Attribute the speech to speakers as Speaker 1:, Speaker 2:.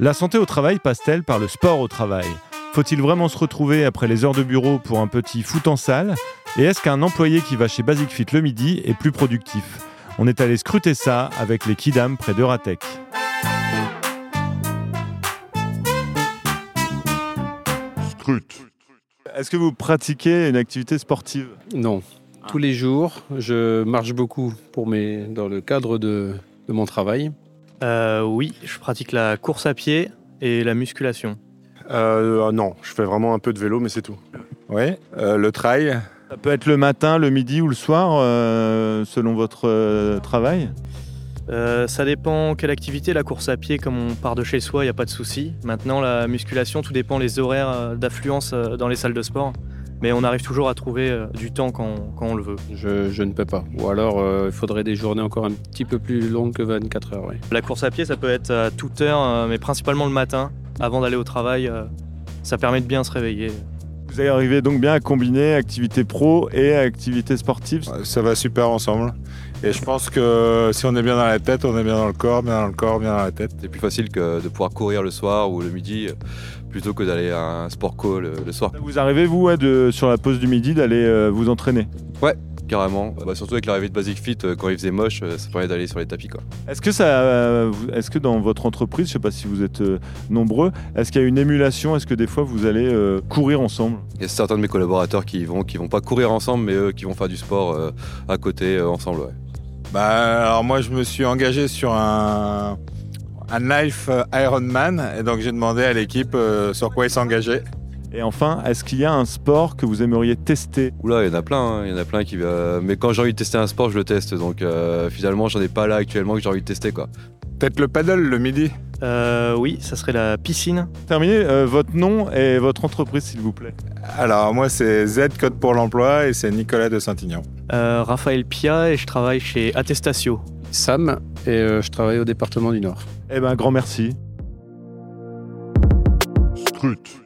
Speaker 1: La santé au travail passe-t-elle par le sport au travail Faut-il vraiment se retrouver après les heures de bureau pour un petit foot en salle Et est-ce qu'un employé qui va chez Basic Fit le midi est plus productif On est allé scruter ça avec les Kidam près de Ratec. Est-ce que vous pratiquez une activité sportive
Speaker 2: Non. Tous les jours, je marche beaucoup pour mes, dans le cadre de, de mon travail.
Speaker 3: Euh, oui, je pratique la course à pied et la musculation.
Speaker 4: Euh, non, je fais vraiment un peu de vélo, mais c'est tout.
Speaker 1: Oui.
Speaker 4: Euh, le trail,
Speaker 1: Ça peut être le matin, le midi ou le soir, euh, selon votre euh, travail.
Speaker 3: Euh, ça dépend quelle activité. La course à pied, comme on part de chez soi, il n'y a pas de souci. Maintenant, la musculation, tout dépend les horaires euh, d'affluence euh, dans les salles de sport. Mais on arrive toujours à trouver euh, du temps quand on, quand on le veut.
Speaker 2: Je, je ne peux pas. Ou alors, euh, il faudrait des journées encore un petit peu plus longues que 24 heures. oui.
Speaker 3: La course à pied, ça peut être à toute heure, euh, mais principalement le matin, avant d'aller au travail. euh, Ça permet de bien se réveiller.
Speaker 1: Vous arrivez donc bien à combiner activité pro et activité sportive.
Speaker 5: Ça va super ensemble. Et je pense que si on est bien dans la tête, on est bien dans le corps, bien dans le corps, bien dans la tête.
Speaker 6: C'est plus facile que de pouvoir courir le soir ou le midi euh, plutôt que d'aller à un sport co le, le soir.
Speaker 1: Vous arrivez, vous, ouais, de- sur la pause du midi, d'aller euh, vous entraîner.
Speaker 6: Carrément. Bah, surtout avec l'arrivée de Basic Fit, euh, quand il faisait moche, euh, ça permet d'aller sur les tapis. Quoi.
Speaker 1: Est-ce que, ça, euh, vous- est-ce que dans votre entreprise, je ne sais pas si vous êtes euh, nombreux, est-ce qu'il y a une émulation Est-ce que des fois vous allez euh, courir ensemble
Speaker 6: Il y a certains de mes collaborateurs qui vont, qui vont pas courir ensemble, mais eux qui vont faire du sport euh, à côté euh, ensemble. ouais.
Speaker 5: Bah, alors moi, je me suis engagé sur un, un life Ironman. Et donc, j'ai demandé à l'équipe euh, sur quoi ils s'engageaient.
Speaker 1: Et enfin, est-ce qu'il y a un sport que vous aimeriez tester
Speaker 6: Oula, il y en a plein, hein, il y en a plein qui. euh, mais quand j'ai envie de tester un sport, je le teste. Donc euh, finalement, j'en ai pas là actuellement que j'ai envie de tester. Quoi.
Speaker 5: Peut-être le paddle le midi.
Speaker 3: Euh, oui, ça serait la piscine.
Speaker 1: Terminez euh, votre nom et votre entreprise, s'il vous plaît.
Speaker 5: Alors, moi, c'est Z Code pour l'emploi et c'est Nicolas de Saint-Ignan.
Speaker 3: Euh, Raphaël Pia et je travaille chez Attestatio.
Speaker 2: Sam, et euh, je travaille au département du Nord.
Speaker 1: Eh ben, grand merci.
Speaker 4: Scrut.